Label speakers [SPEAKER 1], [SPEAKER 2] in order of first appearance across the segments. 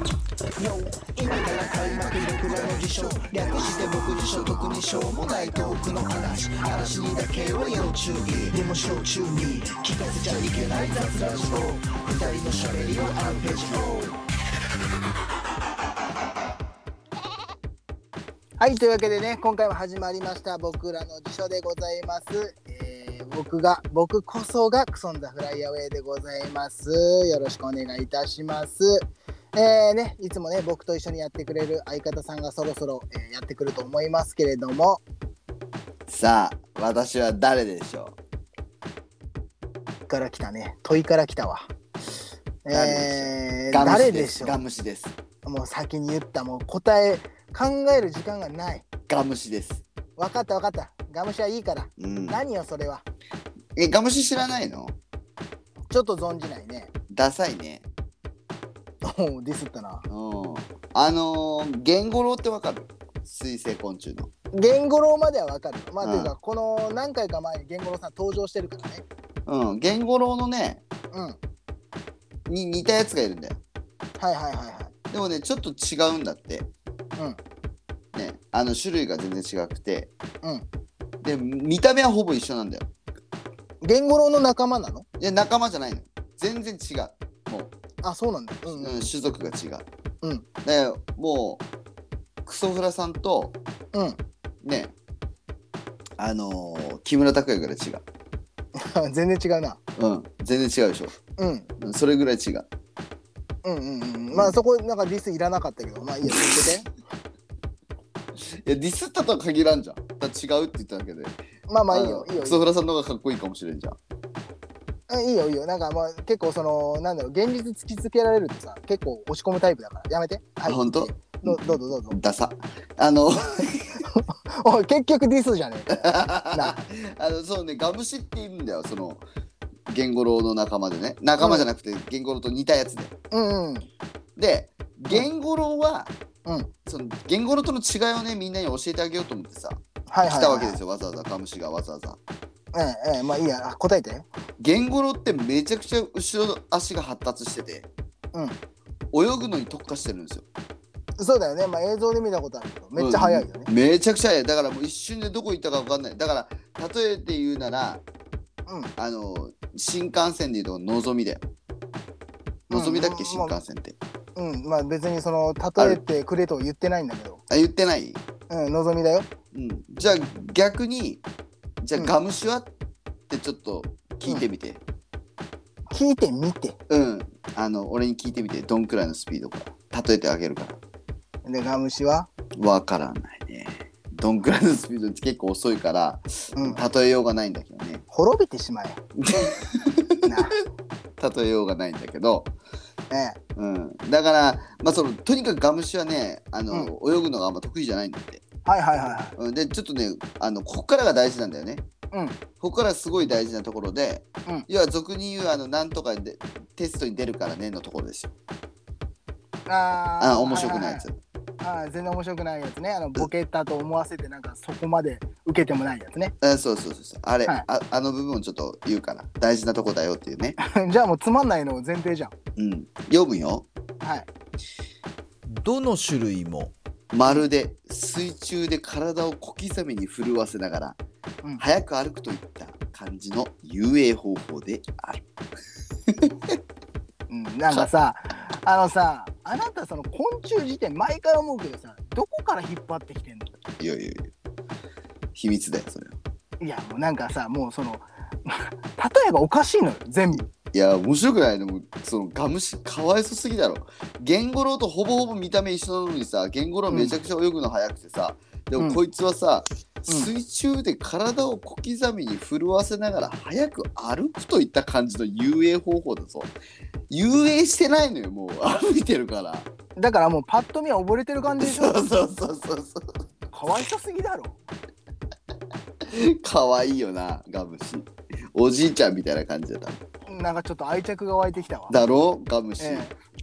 [SPEAKER 1] Yo 今から開幕僕らの辞書略して僕辞書特にしょうもないトークの話嵐にだけは要注意でも小中に聞かせちゃいけない雑ラジオ二人のしゃべりをアンページはいというわけでね今回も始まりました僕らの辞書でございます、えー僕が僕こそがクソンザフライアウェイでございますよろしくお願いいたしますえーね、いつもね僕と一緒にやってくれる相方さんがそろそろ、えーやってくると思いますけれども
[SPEAKER 2] さあ私は誰でしょ
[SPEAKER 1] から来たね問いから来たわえ
[SPEAKER 2] う
[SPEAKER 1] ー、誰でしょ
[SPEAKER 2] ガムシです
[SPEAKER 1] うもう先に言ったもう答え考える時間がない
[SPEAKER 2] ガムシです
[SPEAKER 1] 分かった分かったガムシはいいから
[SPEAKER 2] ガムシですうん
[SPEAKER 1] 何よそれは
[SPEAKER 2] えガムシ知らないの
[SPEAKER 1] ちょっと存じないね
[SPEAKER 2] ダサいね
[SPEAKER 1] おうディスったな
[SPEAKER 2] うんあのー、ゲンゴロウってわかる水生昆虫の
[SPEAKER 1] ゲンゴロウまでは分かるまあ、
[SPEAKER 2] うん
[SPEAKER 1] というかこの何回か前にゲンゴロウさん登場してるからね
[SPEAKER 2] うんゲンゴロウのね
[SPEAKER 1] うんはい
[SPEAKER 2] に似たやつがいるんだよ
[SPEAKER 1] はいはいは
[SPEAKER 2] でもねちょっと違うんだって
[SPEAKER 1] うん
[SPEAKER 2] ねあの種類が全然違くて
[SPEAKER 1] うん
[SPEAKER 2] で見た目はほぼ一緒なんだよ
[SPEAKER 1] いゲンゴロウの仲間なの
[SPEAKER 2] いや仲間じゃないの全然違うもう
[SPEAKER 1] あそうなんだうんうん
[SPEAKER 2] うん、種族が違う。
[SPEAKER 1] うん
[SPEAKER 2] でもうクソフラさんと
[SPEAKER 1] うん
[SPEAKER 2] ねあのー木村拓哉ぐらい違う。
[SPEAKER 1] 全然違うな。
[SPEAKER 2] うん全然違うでしょ。
[SPEAKER 1] うん。
[SPEAKER 2] うんそれぐらい違う。
[SPEAKER 1] うんうんうん。まあそこなんかディスいらなかったけど、まあいいや、続けて。
[SPEAKER 2] いやディスったとは限らんじゃん。だ違うって言っただけで。
[SPEAKER 1] まあまあいいよ、
[SPEAKER 2] の
[SPEAKER 1] いいよ
[SPEAKER 2] ク。ソフラさんの方がかっこいいかもしれんじゃん。
[SPEAKER 1] うんいいよ、いいよ。なんかまあ結構その、なんだろう、現実突きつけられるとさ、結構押し込むタイプだから。やめて。は
[SPEAKER 2] あ
[SPEAKER 1] い。
[SPEAKER 2] ほんと
[SPEAKER 1] どどうぞどうぞ。
[SPEAKER 2] ダサ。あの
[SPEAKER 1] おい、結局ディスじゃねえか。
[SPEAKER 2] あのそうねガムシって言うんだよそのゲンゴロウの仲間でね仲間じゃなくて、ゲンゴロウと似たやつで。
[SPEAKER 1] うんうん。
[SPEAKER 2] でゲンゴロウは、
[SPEAKER 1] うん
[SPEAKER 2] そのゲンゴロウとの違いをねみんなに教えてあげようと思ってさ
[SPEAKER 1] はいはい、はい。
[SPEAKER 2] 来たわけですよわざわざガムシがわざわざ
[SPEAKER 1] ええ、ええ、まあいいや、あ答えて。
[SPEAKER 2] ゲンゴロウってめちゃくちゃ後ろの足が発達してて、
[SPEAKER 1] うん
[SPEAKER 2] 泳ぐのに特化してるんですよ
[SPEAKER 1] そうだよね。まあ映像で見たことあるけど、めっちゃ速いよね。
[SPEAKER 2] うんめちゃくちゃ速いだからもう一瞬でどこ行ったか分かんないだから例えて言うなら
[SPEAKER 1] うん。
[SPEAKER 2] あの新幹線でいうとのぞみだよのぞみだっけ、
[SPEAKER 1] うん
[SPEAKER 2] 新幹線って
[SPEAKER 1] うん。まあ別にその、例えてくれとは言ってないんだけど。
[SPEAKER 2] あ言ってない
[SPEAKER 1] うん、望みだよ。
[SPEAKER 2] うん、じゃあ逆にじゃあ
[SPEAKER 1] うん
[SPEAKER 2] ガムシはってちょっと聞いてみて
[SPEAKER 1] 聞いてみて。
[SPEAKER 2] うん、あの俺に聞いてみてどんくらいのスピードか例えてあげるから
[SPEAKER 1] で、ガムシは
[SPEAKER 2] わからないねどんくらいのスピードって結構遅いから
[SPEAKER 1] うん。
[SPEAKER 2] 例えようがないんだけどね
[SPEAKER 1] 滅びてしま え。な
[SPEAKER 2] 例えようがないんだけど、
[SPEAKER 1] ええ、
[SPEAKER 2] うん、だから、まあ、そのとにかくガムシはねあの、泳ぐのがあんま得意じゃないんだって、
[SPEAKER 1] はいはいはいはい。
[SPEAKER 2] うん、でちょっとねあのここからが大事なんだよね
[SPEAKER 1] うん
[SPEAKER 2] ここからすごい大事なところで、
[SPEAKER 1] うん
[SPEAKER 2] 要は俗に言うあのなんとかでテストに出るからねのところですよ。
[SPEAKER 1] あー
[SPEAKER 2] あ面白くないやつ。。
[SPEAKER 1] はいはいはいあー全然面白くないやつね。あのボケたと思わせてなんかそこまで受けてもないやつね。
[SPEAKER 2] あそうそうそうそう。あれ、
[SPEAKER 1] はい
[SPEAKER 2] ああの部分をちょっと言うから大事なとこだよっていうね。
[SPEAKER 1] じゃあもうつまんないのを前提じゃん。
[SPEAKER 2] うん。読むよ。
[SPEAKER 1] はい。
[SPEAKER 3] どの種類も
[SPEAKER 2] まるで水中で体を小刻みに震わせながら、
[SPEAKER 1] うん
[SPEAKER 2] 早く歩くといった感じの遊泳方法である。
[SPEAKER 1] うん、なんかさ、あのさ、あなたその昆虫辞典毎回思うけどさ、どこから引っ張ってきてんの
[SPEAKER 2] いやいやいや。秘密だよそれは。
[SPEAKER 1] いやもうなんかさ、もうその、 例えばおかしいのよ、全部。
[SPEAKER 2] いや面白くないのもうそのガムシかわいそすぎだろゲンゴロウとほぼほぼ見た目一緒なのにさゲンゴロウめちゃくちゃ泳ぐの速くてさ、で
[SPEAKER 1] うん
[SPEAKER 2] もこいつはさ、
[SPEAKER 1] うん
[SPEAKER 2] 水中で体を小刻みに震わせながら早く歩くといった感じの遊泳方法だぞ遊泳してないのよもう歩いてるから
[SPEAKER 1] だからもうパッと見は溺れてる感じでし
[SPEAKER 2] そ
[SPEAKER 1] ょ。
[SPEAKER 2] うそうそうそうそう
[SPEAKER 1] かわいそすぎだろ。
[SPEAKER 2] かわいいよなガムシおじいちゃんみたいな感じだった
[SPEAKER 1] なんかちょっと愛着が湧いてきたわ。
[SPEAKER 2] だろうガムシ、
[SPEAKER 1] え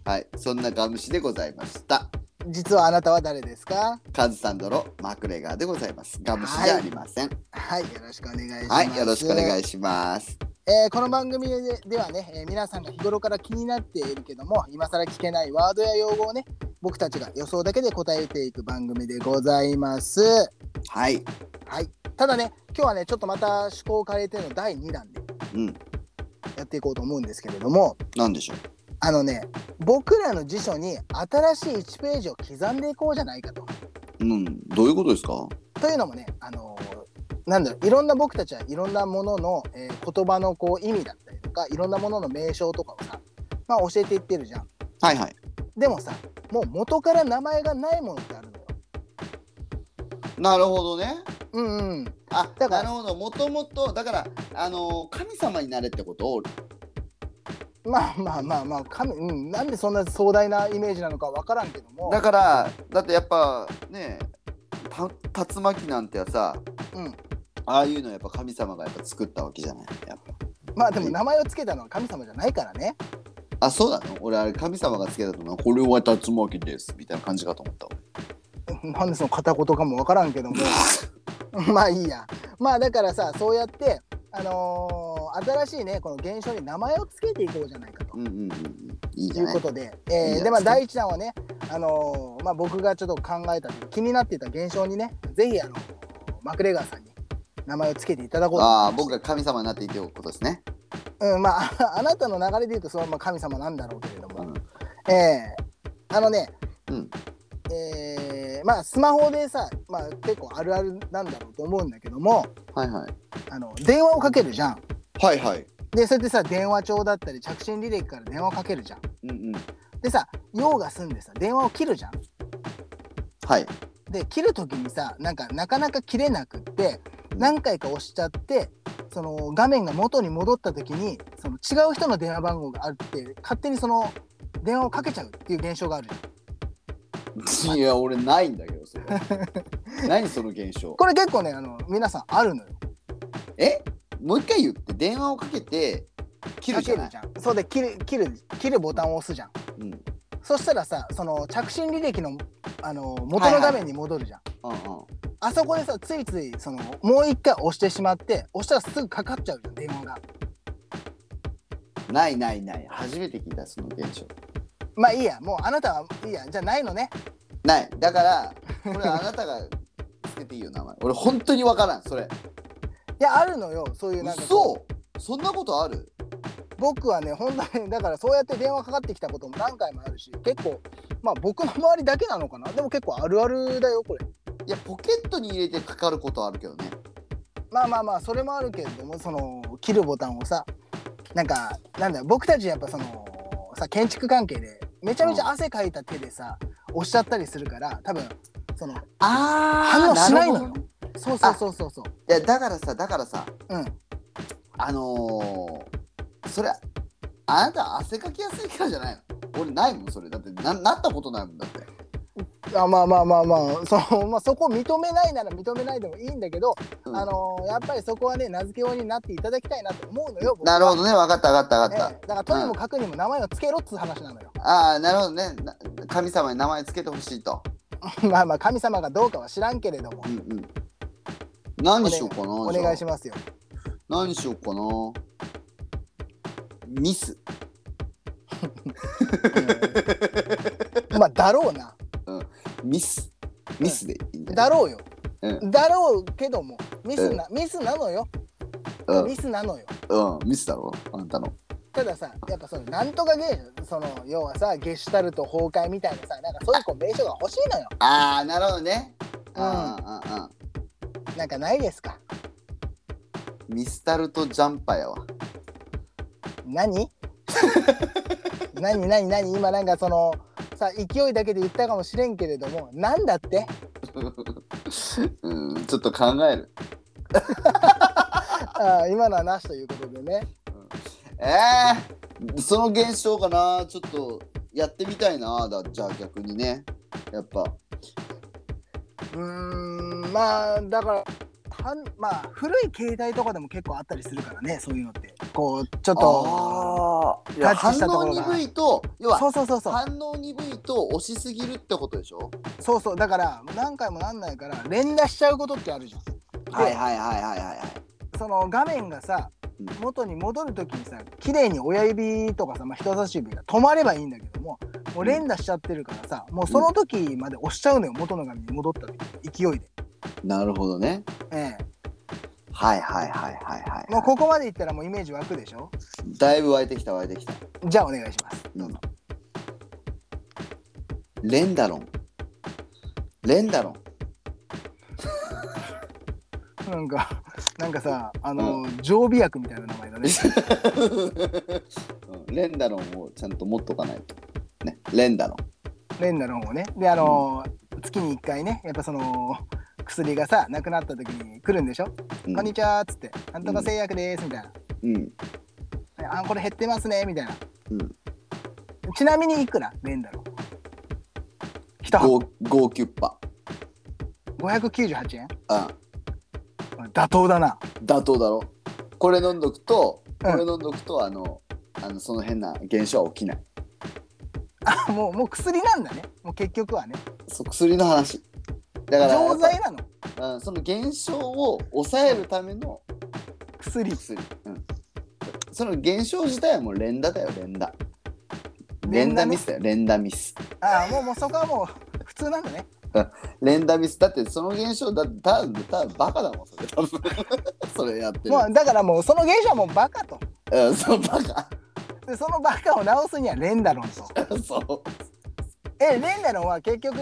[SPEAKER 2] はいそんなガムシでございました
[SPEAKER 1] え実はあなたは誰ですか
[SPEAKER 2] カズさん殿マクレガーでございます。ガムシじゃありません。
[SPEAKER 1] はい、よろしくお願いしま
[SPEAKER 2] は
[SPEAKER 1] す。
[SPEAKER 2] い、よろしくお願
[SPEAKER 1] い
[SPEAKER 2] いします。
[SPEAKER 1] えーこの番組でではね、えー皆さんが日頃から気になっているけども、今更聞けないワードや用語をね、僕たちが予想だけで答えていく番組でございます。
[SPEAKER 2] はい。
[SPEAKER 1] はい。ただね、今日はね、ちょっとまた趣向を変えての第2弾で
[SPEAKER 2] うん。
[SPEAKER 1] やっていこうと思うんですけれども、
[SPEAKER 2] なんでしょう。
[SPEAKER 1] あのね、僕らの辞書に新しい1ページを刻んでいこうじゃないかと。
[SPEAKER 2] うん。どういうことですか
[SPEAKER 1] というのもね、あのーなんだろう、いろんな僕たちはいろんなものの、えー言葉のこう意味だったりとか、いろんなものの名称とかをさ、まあ教えていってるじゃん。
[SPEAKER 2] はいはい。
[SPEAKER 1] でもさ、もう元から名前がないものってあるのよ。
[SPEAKER 2] なるほどね。
[SPEAKER 1] うんうん。
[SPEAKER 2] あ、
[SPEAKER 1] だから
[SPEAKER 2] なるほど。もともと、だから、あのー神様になれってこと
[SPEAKER 1] まあまあまあまあ、神、うん、なんでそんな壮大なイメージなのかわからんけども。
[SPEAKER 2] だから、だってやっぱね、た竜巻なんてさ、
[SPEAKER 1] うん
[SPEAKER 2] ああいうのやっぱ神様がやっぱ作ったわけじゃない。やっぱ
[SPEAKER 1] まあでも名前をつけたのは神様じゃないからね。
[SPEAKER 2] あ、そうなの俺あれ神様がつけたと思うこれは竜巻ですみたいな感じかと思ったわ。
[SPEAKER 1] なんでその片言かもわからんけども。 まあいいや。まあだからさ、そうやって、あのー新しいね、この現象に名前をつけていこうじゃないかと。
[SPEAKER 2] うんうんうんうん。いい
[SPEAKER 1] い
[SPEAKER 2] じゃ
[SPEAKER 1] う
[SPEAKER 2] ない
[SPEAKER 1] こ。とで、え
[SPEAKER 2] いい
[SPEAKER 1] ー
[SPEAKER 2] や
[SPEAKER 1] でまあ
[SPEAKER 2] つけ
[SPEAKER 1] 第一弾はね、あのーまあ僕がちょっと考えたというか気になっていた現象にね、ぜひあのマクレガーさんに名前をつけていただこうと
[SPEAKER 2] ああ、僕が神様になっていっておくことですね。
[SPEAKER 1] うん、まあ、あ なたの流れで言うと、そのまあ神様なんだろうけれど
[SPEAKER 2] う
[SPEAKER 1] も
[SPEAKER 2] ん。
[SPEAKER 1] ええあのね、
[SPEAKER 2] うん
[SPEAKER 1] ええまあ、スマホでさ、まあ、結構あるあるなんだろうと思うんだけども、
[SPEAKER 2] はいはい。
[SPEAKER 1] あの、電話をかけるじゃん。
[SPEAKER 2] はいはい。
[SPEAKER 1] で、それでさ、電話帳だったり、着信履歴から電話をかけるじゃん。
[SPEAKER 2] うんうん。
[SPEAKER 1] でさ、用が済んでさ、電話を切るじゃん。
[SPEAKER 2] はい。
[SPEAKER 1] で、切るときにさ、なんか、なかなか切れなくって、
[SPEAKER 2] うん
[SPEAKER 1] 何回か押しちゃって、その、画面が元に戻ったときに、その、違う人の電話番号があるって、勝手にその、電話をかけちゃうっていう現象があるじゃん。
[SPEAKER 2] いや、俺ないんだけ ど、それ。何その現象。
[SPEAKER 1] これ結構ね、あの、皆さんあるのよ。
[SPEAKER 2] えもう一回言って、電話をかけて、切るじゃない。
[SPEAKER 1] かけるじゃん。そうで、切る、切る、切るボタンを押すじゃん。
[SPEAKER 2] うん。うん
[SPEAKER 1] そしたらさ、その、着信履歴の、あの、元の画面に戻るじゃん。
[SPEAKER 2] うん。
[SPEAKER 1] あそこでさ、ついつい、その、もう一回押してしまって、押したらすぐかかっちゃうじゃん、電話が。
[SPEAKER 2] ないないない。初めて聞いた、その現象。
[SPEAKER 1] まあいいや、もうあなたはいいや、じゃあないのね。
[SPEAKER 2] ない。だから、これあなたがつけていいよ、名前。 俺、本当にわからん、それ。
[SPEAKER 1] いや、あるのよ、そういうなんかこう。
[SPEAKER 2] 嘘そんなことある
[SPEAKER 1] 僕はね、本当に、だからそうやって電話かかってきたことも何回もあるし、結構、まあ僕の周りだけなのかな。でも結構あるあるだよ、これ。
[SPEAKER 2] いや、ポケットに入れてかかることあるけどね。
[SPEAKER 1] まあまあまあそれもあるけれどもその切るボタンをさなんかなんだろう僕たちやっぱそのさ建築関係でめちゃめちゃ汗かいた手でさ、押しちゃったりするから多分その
[SPEAKER 2] あ
[SPEAKER 1] 反応しないのよ
[SPEAKER 2] い
[SPEAKER 1] そうそうそうそうそう
[SPEAKER 2] や、だからさ、だからさ、
[SPEAKER 1] うん
[SPEAKER 2] あのー、それ、あなた汗かきやすいからじゃないの俺、ないもん、それ。だってな、なったことないもんだって。
[SPEAKER 1] あまあまあまあまあその、まあ、そこを認めないなら認めないでもいいんだけど、
[SPEAKER 2] うん
[SPEAKER 1] あのーやっぱりそこはね名付けようになっていただきたいなと思うのよ僕は
[SPEAKER 2] なるほどね、わかったわかったわか
[SPEAKER 1] ええ
[SPEAKER 2] った。
[SPEAKER 1] だからとにもかくにも名前をつけろっつう話なのよ
[SPEAKER 2] ああ、なるほどね。な神様に名前つけてほしいと。
[SPEAKER 1] まあまあ神様がどうかは知らんけれども
[SPEAKER 2] うんうん。何にしようかな。
[SPEAKER 1] お願いし
[SPEAKER 2] ま
[SPEAKER 1] ますよ
[SPEAKER 2] す。何にしようかな。ミス。
[SPEAKER 1] うんまあだろうな
[SPEAKER 2] ミス。ミスでいいんだ
[SPEAKER 1] だ
[SPEAKER 2] よ。
[SPEAKER 1] ろうよ、
[SPEAKER 2] う
[SPEAKER 1] だろうけどもミスな、ミスなのよ、
[SPEAKER 2] うん
[SPEAKER 1] ミスなのよ
[SPEAKER 2] うん、ミスだろあんたの。
[SPEAKER 1] たださやっぱそのなんとか芸術その要はさゲシュタルト崩壊みたいなさなんかそういうこう名称が欲しいのよ
[SPEAKER 2] ああ、なるほどね。
[SPEAKER 1] うん
[SPEAKER 2] あーあーあ
[SPEAKER 1] なんかないですか
[SPEAKER 2] ーミスタルトジャンパやわ。
[SPEAKER 1] 何何何何今なんかそのさ勢いだけで言ったかもしれんけれどもなんだって
[SPEAKER 2] うん、ちょっと考える。
[SPEAKER 1] あー今のはなしということでね
[SPEAKER 2] ええー、その現象かな。ちょっとやってみたいな。だじゃあ逆にね。やっぱ。
[SPEAKER 1] うーんまあだからはんまあ古い携帯とかでも結構あったりするからねそういうのってこうちょっと
[SPEAKER 2] ああ、いや
[SPEAKER 1] タッチ
[SPEAKER 2] 反
[SPEAKER 1] したとこ
[SPEAKER 2] 応
[SPEAKER 1] ろが
[SPEAKER 2] 鈍いと、要は
[SPEAKER 1] そうそうそうそう
[SPEAKER 2] 反応鈍いと押しすぎるってことでしょ。
[SPEAKER 1] そうそうだから何回もなんないから連打しちゃうことってあるじゃん。
[SPEAKER 2] はいはいはいはいはいはい。
[SPEAKER 1] その画面がさ
[SPEAKER 2] うん
[SPEAKER 1] 元に戻るときにさ綺麗に親指とかさ、まあ、人差し指が止まればいいんだけどももう連打しちゃってるからさ、もうその時まで押しちゃうのよ、元の神に戻った時、勢いで。
[SPEAKER 2] なるほどね。
[SPEAKER 1] え
[SPEAKER 2] はいはいはいはいは
[SPEAKER 1] え、
[SPEAKER 2] い。
[SPEAKER 1] もうここまでいったらもうイメージ湧くでしょ
[SPEAKER 2] だいぶ湧いてきた湧いてきた。
[SPEAKER 1] じゃあお願いします。
[SPEAKER 2] うんレンダロン。レンダ ロン。
[SPEAKER 1] なん か、なんかさ、あの、常備薬みたいな名前だね。
[SPEAKER 2] うんレンダロンをちゃんと持っとかないと。ね、レンダロン。
[SPEAKER 1] レンダロンをね。で、あの、月に1回ね、やっぱその、薬がさ、なくなった時に来るんでしょ、
[SPEAKER 2] うん
[SPEAKER 1] こんにちはっつって、なんとか製薬でーすみたいな。
[SPEAKER 2] うん。
[SPEAKER 1] あ、これ減ってますねみたいな。
[SPEAKER 2] うん
[SPEAKER 1] ちなみにいくらレンダロン。一箱
[SPEAKER 2] ゴーゴーキュッパ。
[SPEAKER 1] 598円
[SPEAKER 2] う
[SPEAKER 1] 妥当だな。
[SPEAKER 2] ん。妥当だろ。これ飲んどくと、
[SPEAKER 1] うん
[SPEAKER 2] これ飲んどくと、あの、あのその変な現象は起きない。
[SPEAKER 1] あ、もう、もう薬なんだね。もう結局はね。
[SPEAKER 2] そう薬の話。だから
[SPEAKER 1] 錠剤なの。
[SPEAKER 2] うん、その現象を抑えるための
[SPEAKER 1] 薬。
[SPEAKER 2] 薬、うん、その現象自体はもう連打だよ連打連
[SPEAKER 1] 連打
[SPEAKER 2] 打
[SPEAKER 1] ね
[SPEAKER 2] ミスだよ連打ミス
[SPEAKER 1] あ、もう、もうそこはもう普通なんだね。
[SPEAKER 2] 連打ミスだってその現象だただただバカだもんそれ多分 それやってる
[SPEAKER 1] もう、だからもう、その現象はもうバカと。
[SPEAKER 2] うんそうバカ
[SPEAKER 1] で、そのバカを治すにはレンダロンと。
[SPEAKER 2] そう
[SPEAKER 1] え、レンダロンは結局、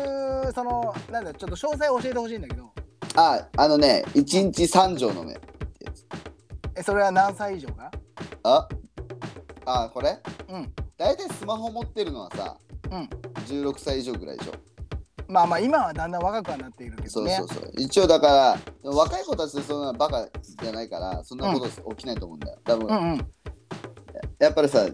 [SPEAKER 1] その、なんだ、ちょっと詳細教えてほしいんだけど。
[SPEAKER 2] ああのね1日3錠飲めってやつ
[SPEAKER 1] え、それは何歳以上か。
[SPEAKER 2] ああこれ
[SPEAKER 1] うん。
[SPEAKER 2] 大体スマホ持ってるのはさ、
[SPEAKER 1] うん
[SPEAKER 2] 16歳以上ぐらいでしょ
[SPEAKER 1] まあまあ、今はだんだん若くはなっているけどね。
[SPEAKER 2] そうそうそう一応だからでも若い子たちってそんなバカじゃないからそんなこと起きないと思うんだよ、多分、
[SPEAKER 1] うんうん。
[SPEAKER 2] やっぱりさ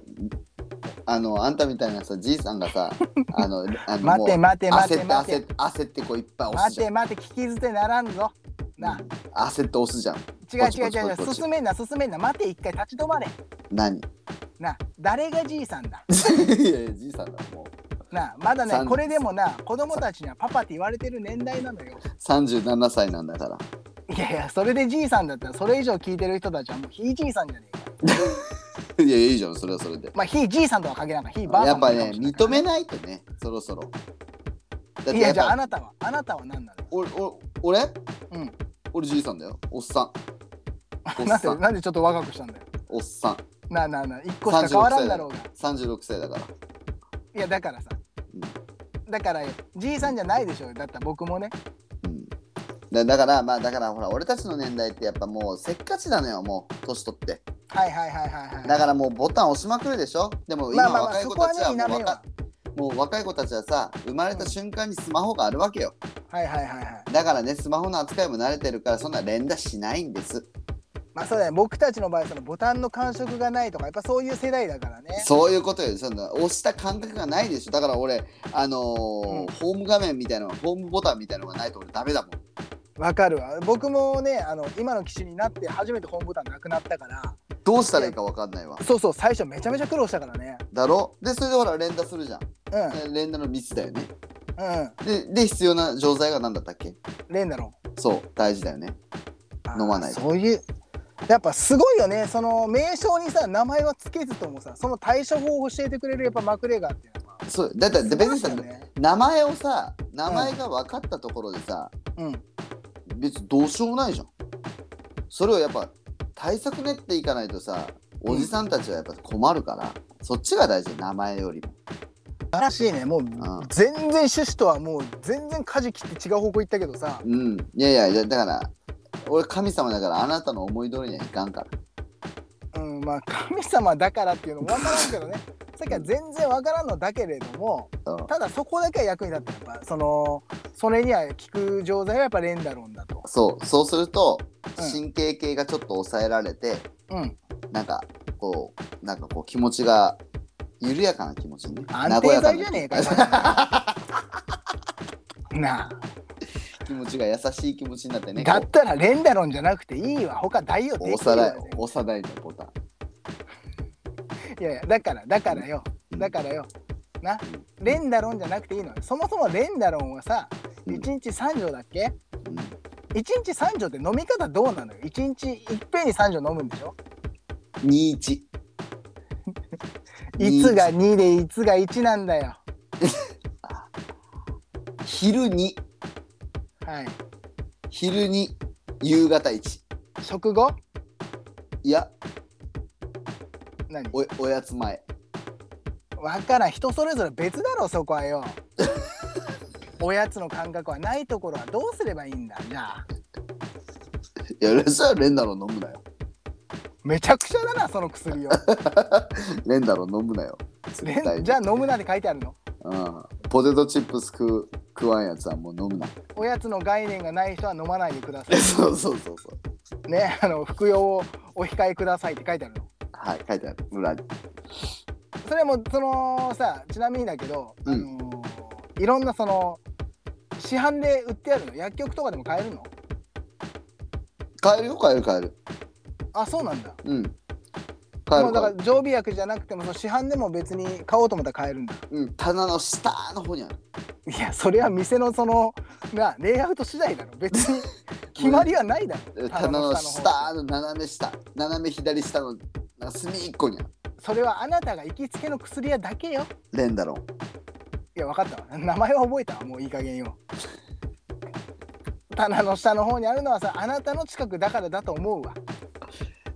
[SPEAKER 2] あのあんたみたいなさじいさん がさあのあの
[SPEAKER 1] 待て
[SPEAKER 2] もう
[SPEAKER 1] 待て待て
[SPEAKER 2] 焦って焦っ
[SPEAKER 1] 待
[SPEAKER 2] て
[SPEAKER 1] て
[SPEAKER 2] 焦ってこういっぱい押す
[SPEAKER 1] 待
[SPEAKER 2] じゃ
[SPEAKER 1] て
[SPEAKER 2] ん
[SPEAKER 1] 待て聞き捨てならんぞな
[SPEAKER 2] 焦って押すじゃん
[SPEAKER 1] 違う
[SPEAKER 2] こっち
[SPEAKER 1] 違う違
[SPEAKER 2] こっちこっ
[SPEAKER 1] う
[SPEAKER 2] ち
[SPEAKER 1] 進めんな進めんな待て一回立ち止まれ
[SPEAKER 2] 何 い
[SPEAKER 1] な誰がじいさんだ
[SPEAKER 2] やいやじいさんだもう
[SPEAKER 1] なまだ
[SPEAKER 2] さ
[SPEAKER 1] ね
[SPEAKER 2] ん
[SPEAKER 1] これでもな子供たちにはパパって言われてる年代なのよ
[SPEAKER 2] 37歳なんだから
[SPEAKER 1] いやいやそれでじいさんだったらそれ以上聞いてる人たちはもうひいじいさんじゃねえか
[SPEAKER 2] いやいいじゃんそれはそれで
[SPEAKER 1] まあひいじいさんとは限らないひいばあ
[SPEAKER 2] や
[SPEAKER 1] さ
[SPEAKER 2] っ
[SPEAKER 1] んも
[SPEAKER 2] ぱ
[SPEAKER 1] いるか
[SPEAKER 2] ね
[SPEAKER 1] もしれないか
[SPEAKER 2] 認めないとねそろそろ
[SPEAKER 1] ら
[SPEAKER 2] だ
[SPEAKER 1] いやじゃああなたはあなたは何な
[SPEAKER 2] 俺俺
[SPEAKER 1] うん
[SPEAKER 2] 俺じいさんだよおっさん
[SPEAKER 1] の
[SPEAKER 2] お っ
[SPEAKER 1] なん
[SPEAKER 2] さ
[SPEAKER 1] で
[SPEAKER 2] ん
[SPEAKER 1] なんでちょっと若くしたんだよ
[SPEAKER 2] おっさん
[SPEAKER 1] なあなあなあ一個しか変わらんだろうが
[SPEAKER 2] 36歳だから
[SPEAKER 1] いやだからさ
[SPEAKER 2] う
[SPEAKER 1] だからよじいさんじゃないでしょだったら僕もね
[SPEAKER 2] うんだだからまあだからほら俺たちの年代ってやっぱもうせっかちなのよもう年取って
[SPEAKER 1] はいはいはいはいはい
[SPEAKER 2] だからもうボタン押しまくるでしょでも
[SPEAKER 1] ま
[SPEAKER 2] 今
[SPEAKER 1] あまあまあ
[SPEAKER 2] 若い
[SPEAKER 1] そ
[SPEAKER 2] 子
[SPEAKER 1] こは
[SPEAKER 2] たち
[SPEAKER 1] ね
[SPEAKER 2] は
[SPEAKER 1] 否
[SPEAKER 2] もう
[SPEAKER 1] め
[SPEAKER 2] 若,、
[SPEAKER 1] は
[SPEAKER 2] もう若い子たちはさ生まれた瞬間にスマホがあるわけよ
[SPEAKER 1] はいはいはいはい
[SPEAKER 2] だからねスマホの扱いも慣れてるからそんな連打しないんです
[SPEAKER 1] まあそうだね僕たちの場合そのボタンの感触がないとかやっぱそういう世代だからね
[SPEAKER 2] そういうことよそんな押した感覚がないでしょだから俺あのー
[SPEAKER 1] うん
[SPEAKER 2] ホーム画面みたいなのホームボタンみたいなのがないと俺ダメだもん
[SPEAKER 1] わかるわ僕もねあの今の機種になって初めてホームボタンなくなったから
[SPEAKER 2] どうしたらいいか分かんないわ
[SPEAKER 1] そうそう最初めちゃめちゃ苦労したからね
[SPEAKER 2] だろでそれでほら連打するじゃん
[SPEAKER 1] うん
[SPEAKER 2] で連打のミスだよね
[SPEAKER 1] うん
[SPEAKER 2] でで必要な錠剤が何だったっけ
[SPEAKER 1] レンダロ
[SPEAKER 2] そう大事だよね
[SPEAKER 1] ン
[SPEAKER 2] 飲まない
[SPEAKER 1] あーそういうやっぱすごいよねその名称にさ名前はつけずともさその対処法を教えてくれるやっぱマクレガーっていうのは
[SPEAKER 2] そうだって
[SPEAKER 1] す
[SPEAKER 2] 別
[SPEAKER 1] ご
[SPEAKER 2] に
[SPEAKER 1] い
[SPEAKER 2] さ、
[SPEAKER 1] よね
[SPEAKER 2] 名前をさ名前が分かったところでさ、
[SPEAKER 1] うん
[SPEAKER 2] 別にどうしようもないじゃんそれをやっぱ対策練っていかないとさおじさんたちはやっぱ困るから、そっちが大事名前よりも
[SPEAKER 1] 素晴らしいねもう
[SPEAKER 2] うん
[SPEAKER 1] 全然趣旨とはもう全然舵切って違う方向行ったけどさ
[SPEAKER 2] うんいやいやいやだから俺神様だからあなたの思い通りにはいかんから
[SPEAKER 1] うん、まあ神様だからっていうのも分からん けどねさっきは全然分からんのだけれども
[SPEAKER 2] そう
[SPEAKER 1] ただそこだけは役に立ってやっぱそのそれには効く錠剤はやっぱレンダロンだと。
[SPEAKER 2] そうそうすると
[SPEAKER 1] うん
[SPEAKER 2] 神経系がちょっと抑えられて、
[SPEAKER 1] うん、
[SPEAKER 2] なんかこうなんかこう気持ちが緩やかな気持ちにね
[SPEAKER 1] 安定剤じゃねえか
[SPEAKER 2] 和やな
[SPEAKER 1] な
[SPEAKER 2] 気持ちが優しい気持ちになって
[SPEAKER 1] あ、
[SPEAKER 2] ね
[SPEAKER 1] だっ
[SPEAKER 2] こう
[SPEAKER 1] たらレンダロンじゃなくていいわ他代用できる
[SPEAKER 2] 押さない
[SPEAKER 1] わね
[SPEAKER 2] 押さないのボタン
[SPEAKER 1] いやいやだからだからよだからよなレンダロンじゃなくていいのよそもそもレンダロンはさ
[SPEAKER 2] うん
[SPEAKER 1] 1日3錠だっけ
[SPEAKER 2] うん
[SPEAKER 1] ?1 日3錠って飲み方どうなのよ1日いっぺんに3錠飲むんでしょ
[SPEAKER 2] 21
[SPEAKER 1] いつが2でいつが1なんだよ。
[SPEAKER 2] 昼に
[SPEAKER 1] はい。
[SPEAKER 2] 昼に夕方1
[SPEAKER 1] 食後
[SPEAKER 2] いや
[SPEAKER 1] 何
[SPEAKER 2] おおやつ前
[SPEAKER 1] わからん。人それぞれ別だろ、そこはよ。おやつの感覚はないところはどうすればいいんだじゃあ。
[SPEAKER 2] いやレンダレンダロ飲むなよ
[SPEAKER 1] めちゃくちゃだな、その薬を。
[SPEAKER 2] レンダロ飲むなよ絶対
[SPEAKER 1] ね
[SPEAKER 2] に
[SPEAKER 1] じゃあ飲むなって書いてあるの
[SPEAKER 2] うん、ポテトチップス食う食わんやつはもう飲むな
[SPEAKER 1] おやつの概念がない人は飲まないでくださ
[SPEAKER 2] そうそうそうそう
[SPEAKER 1] い。ね、あの服用をお控えくださいって書いてあるの。
[SPEAKER 2] はい書いてある裏に
[SPEAKER 1] それはもうそのさちなみにだけど、
[SPEAKER 2] うん
[SPEAKER 1] あのーいろんなその市販で売ってあるの薬局とかでも買えるの
[SPEAKER 2] 買えるよ買える買える
[SPEAKER 1] あそうなんだ
[SPEAKER 2] うん買え
[SPEAKER 1] も
[SPEAKER 2] る
[SPEAKER 1] うだ
[SPEAKER 2] 買
[SPEAKER 1] か
[SPEAKER 2] え
[SPEAKER 1] ら
[SPEAKER 2] る
[SPEAKER 1] 常備薬じゃなくてもその市販でも別に買おうと思ったら買えるんだ
[SPEAKER 2] うん棚の下の方にある
[SPEAKER 1] いやそれは店のそのなレイアウト次第だろ別 に決まりはないだろ
[SPEAKER 2] 棚の
[SPEAKER 1] 方
[SPEAKER 2] 下の斜め下斜め左下のなんか隅っこにある
[SPEAKER 1] それはあなたが行きつけの薬屋だけよ
[SPEAKER 2] レンダロン
[SPEAKER 1] いや分かったわ名 前は覚えたわもういい加減よ棚の下の方にあるのはさあなたの近くだからだと思うわ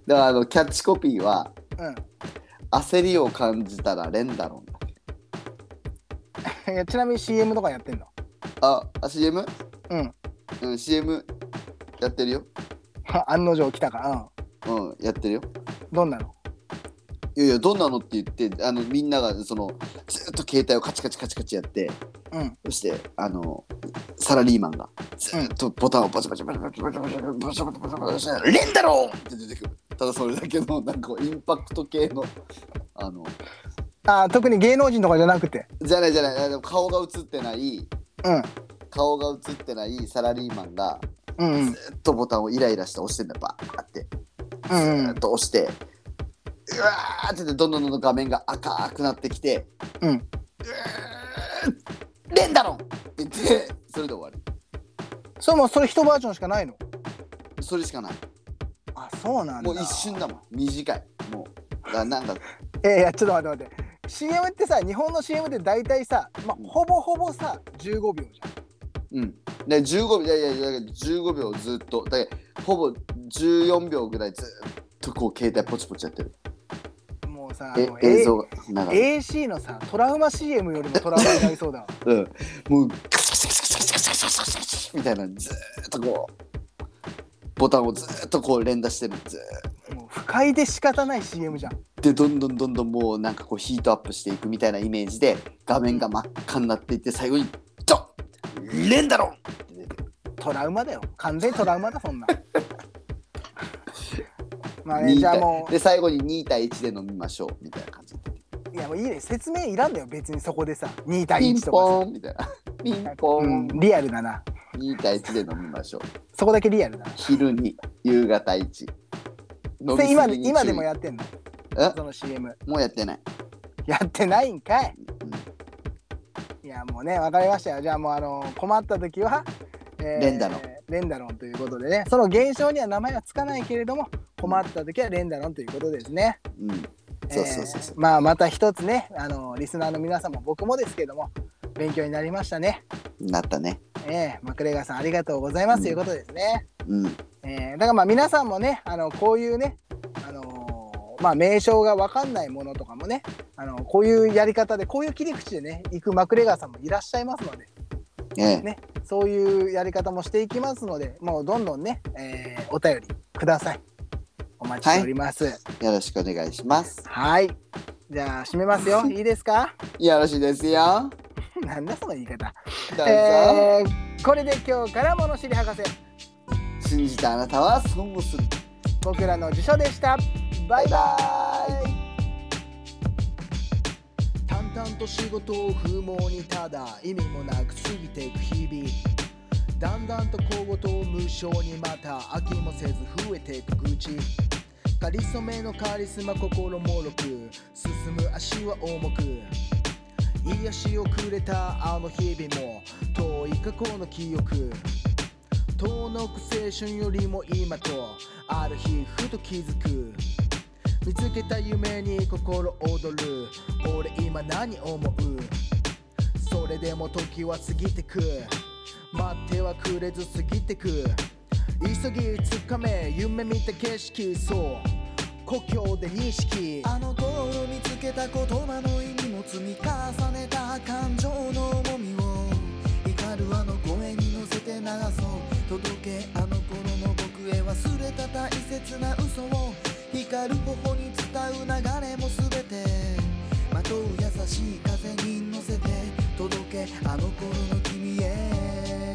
[SPEAKER 2] だからあのキャッチコピーは
[SPEAKER 1] うん
[SPEAKER 2] 焦りを感じたらレンダロンだ
[SPEAKER 1] いやちなみに CM とかやってんの
[SPEAKER 2] ああ CM?
[SPEAKER 1] うん
[SPEAKER 2] うん CM やってるよ
[SPEAKER 1] 案の定来たから
[SPEAKER 2] うんやってるよ
[SPEAKER 1] うんどんなの
[SPEAKER 2] いやいやどんなのって言ってあのみんながそのずっと携帯をカチカチカチカチやって
[SPEAKER 1] うん
[SPEAKER 2] そしてあのサラリーマンがずっとボタンをバチバチバチバチバチバチバチバチバチバチバチレンダロンって出てくるただそれだけのなんかこうインパクト系のあの
[SPEAKER 1] あー特に芸能人とかじゃなくて
[SPEAKER 2] じゃないじゃないあの顔が映ってない
[SPEAKER 1] うん
[SPEAKER 2] 顔が映ってないサラリーマンが
[SPEAKER 1] うんうん
[SPEAKER 2] ずっとボタンをイライラして押してんだよバーって
[SPEAKER 1] うんう
[SPEAKER 2] ず
[SPEAKER 1] ん
[SPEAKER 2] っと押してうわーってどんどんどんどん画面が赤くなってきて
[SPEAKER 1] うん
[SPEAKER 2] レンダロンって言ってそれで終わり
[SPEAKER 1] それもうそれ一バージョンしかないの
[SPEAKER 2] それしかない
[SPEAKER 1] あそうなんだ
[SPEAKER 2] もう一瞬だもん短いもうだからなんか
[SPEAKER 1] えーいやちょっと待って待って CM ってさ日本の CM って大体さ、まあ、ほぼほぼさ15秒じ
[SPEAKER 2] うんで15秒いやいやいや15秒ずっとだからほぼ14秒ぐらいずっとこう携帯ポチポチやってる
[SPEAKER 1] ゃんもうさあ
[SPEAKER 2] え
[SPEAKER 1] の
[SPEAKER 2] 映像が流れる、
[SPEAKER 1] A- AC のさトラウマ CM よりもトラウマになりそうだ わ
[SPEAKER 2] うん、もうカチカチカチカチカチカチカチカチカチみたいなずーっとこうボタンをずーっとこう連打してるずーっと
[SPEAKER 1] もう不快で仕方ない CM じゃん
[SPEAKER 2] でどんどんどんどんもうなんかこうヒートアップしていくみたいなイメージで画面が真っ赤になっていって最後にドンレンダロンって出てくる
[SPEAKER 1] トラウマだよ完全にトラウマだそん なんまあね
[SPEAKER 2] 二
[SPEAKER 1] じゃあ
[SPEAKER 2] 対
[SPEAKER 1] もう
[SPEAKER 2] で最後に2対1で飲みましょうみたいな感じ
[SPEAKER 1] いやもういいね説明いらんだよ別にそこでさ2対
[SPEAKER 2] ピン
[SPEAKER 1] 1とか
[SPEAKER 2] ポーンみたいなピン
[SPEAKER 1] さ
[SPEAKER 2] ポー
[SPEAKER 1] うん
[SPEAKER 2] ン、
[SPEAKER 1] リアルだな
[SPEAKER 2] 2対1で飲みましょう
[SPEAKER 1] そこだけリアルだな
[SPEAKER 2] 昼に夕方1飲
[SPEAKER 1] で
[SPEAKER 2] み
[SPEAKER 1] 今
[SPEAKER 2] す
[SPEAKER 1] で
[SPEAKER 2] ぎに注意
[SPEAKER 1] 今でもやってんの
[SPEAKER 2] え
[SPEAKER 1] その CM
[SPEAKER 2] もうやってない、
[SPEAKER 1] やってないんかい
[SPEAKER 2] うん
[SPEAKER 1] いやもうね分かりましたよじゃあもうあの困った時は、えー
[SPEAKER 2] レンダロン
[SPEAKER 1] レンダロンということでねその現象には名前はつかないけれども困った時はレンダロンということですね
[SPEAKER 2] うん、そうそうそうそ
[SPEAKER 1] えー
[SPEAKER 2] う
[SPEAKER 1] まあまた一つねあのリスナーの皆さんも僕もですけども勉強になりましたね
[SPEAKER 2] なったね
[SPEAKER 1] ええマクレガーさんありがとうございます、
[SPEAKER 2] うん
[SPEAKER 1] ということですね、
[SPEAKER 2] うん
[SPEAKER 1] ええだからまあ皆さんもねあのこういうねあのーまあ名称が分かんないものとかもねあのこういうやり方でこういう切り口でね行くマクレガーさんもいらっしゃいますので
[SPEAKER 2] ええ、
[SPEAKER 1] ねそういうやり方もしていきますのでもうどんどんね、ええお便りくださいお待ちしておりますはい
[SPEAKER 2] よろしくお願いします
[SPEAKER 1] じゃあ締めます よいいですか
[SPEAKER 2] よろしいですよ
[SPEAKER 1] なんだその言い方
[SPEAKER 2] どうぞ、
[SPEAKER 1] えーこれで今日から物知り博士
[SPEAKER 2] 信じたあなたは損をする
[SPEAKER 1] 僕らの辞書でしたバイバイ淡々と仕事を不毛にただ意味もなく過ぎていく日々だんだんと小言を無償にまた飽きもせず増えていく愚痴かりそめのカリスマ心もろく進む足は重く癒しをくれたあの日々も遠い過去の記憶遠のく青春よりも今とある日ふと気づく見つけた夢に心躍る俺今何思うそれでも時は過ぎてく待ってはくれず過ぎてく急ぎつかめ夢見た景色そう故郷で認識
[SPEAKER 4] あの頃見つけた言葉の意味も積み重ねた感情の重みを怒るあの声に乗せて流そう届けあの頃の僕へ忘れた大切な嘘を光る頬に伝う流れも全てまとう優しい風に乗せて届けあの頃の君へ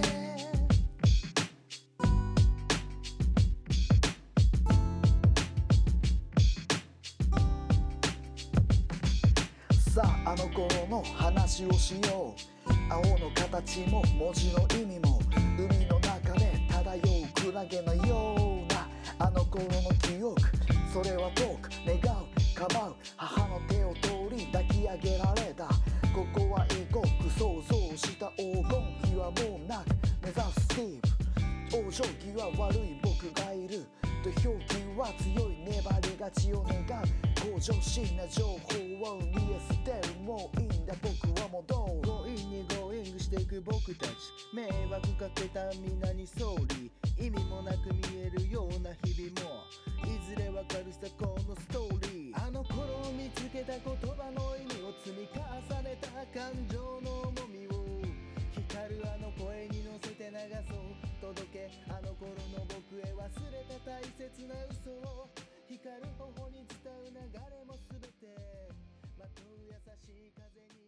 [SPEAKER 4] さああの頃の話をしよう青の形も文字の意味も海の中で漂うクラゲのようなあの頃の記憶それは遠く願うかばう母の手を通り抱き上げられたここは異国想像した黄金比はもうなく目指すスティーブ往生際悪い僕がいる土俵際は強い粘り勝ちを願う向上心な情報を見え捨てるもういいんだ僕は戻る
[SPEAKER 1] 強引にゴーイングしていく僕たち迷惑かけた皆に総理意味もなく見えるような日々もいずれわかるさこのストーリー
[SPEAKER 4] あの頃見つけた言葉の意味を積み重ねた感情の重みを光るあの声に乗せて流そう届けあの頃の僕へ忘れた大切な嘘を光る頬に伝う流れも全てまとう優しい風に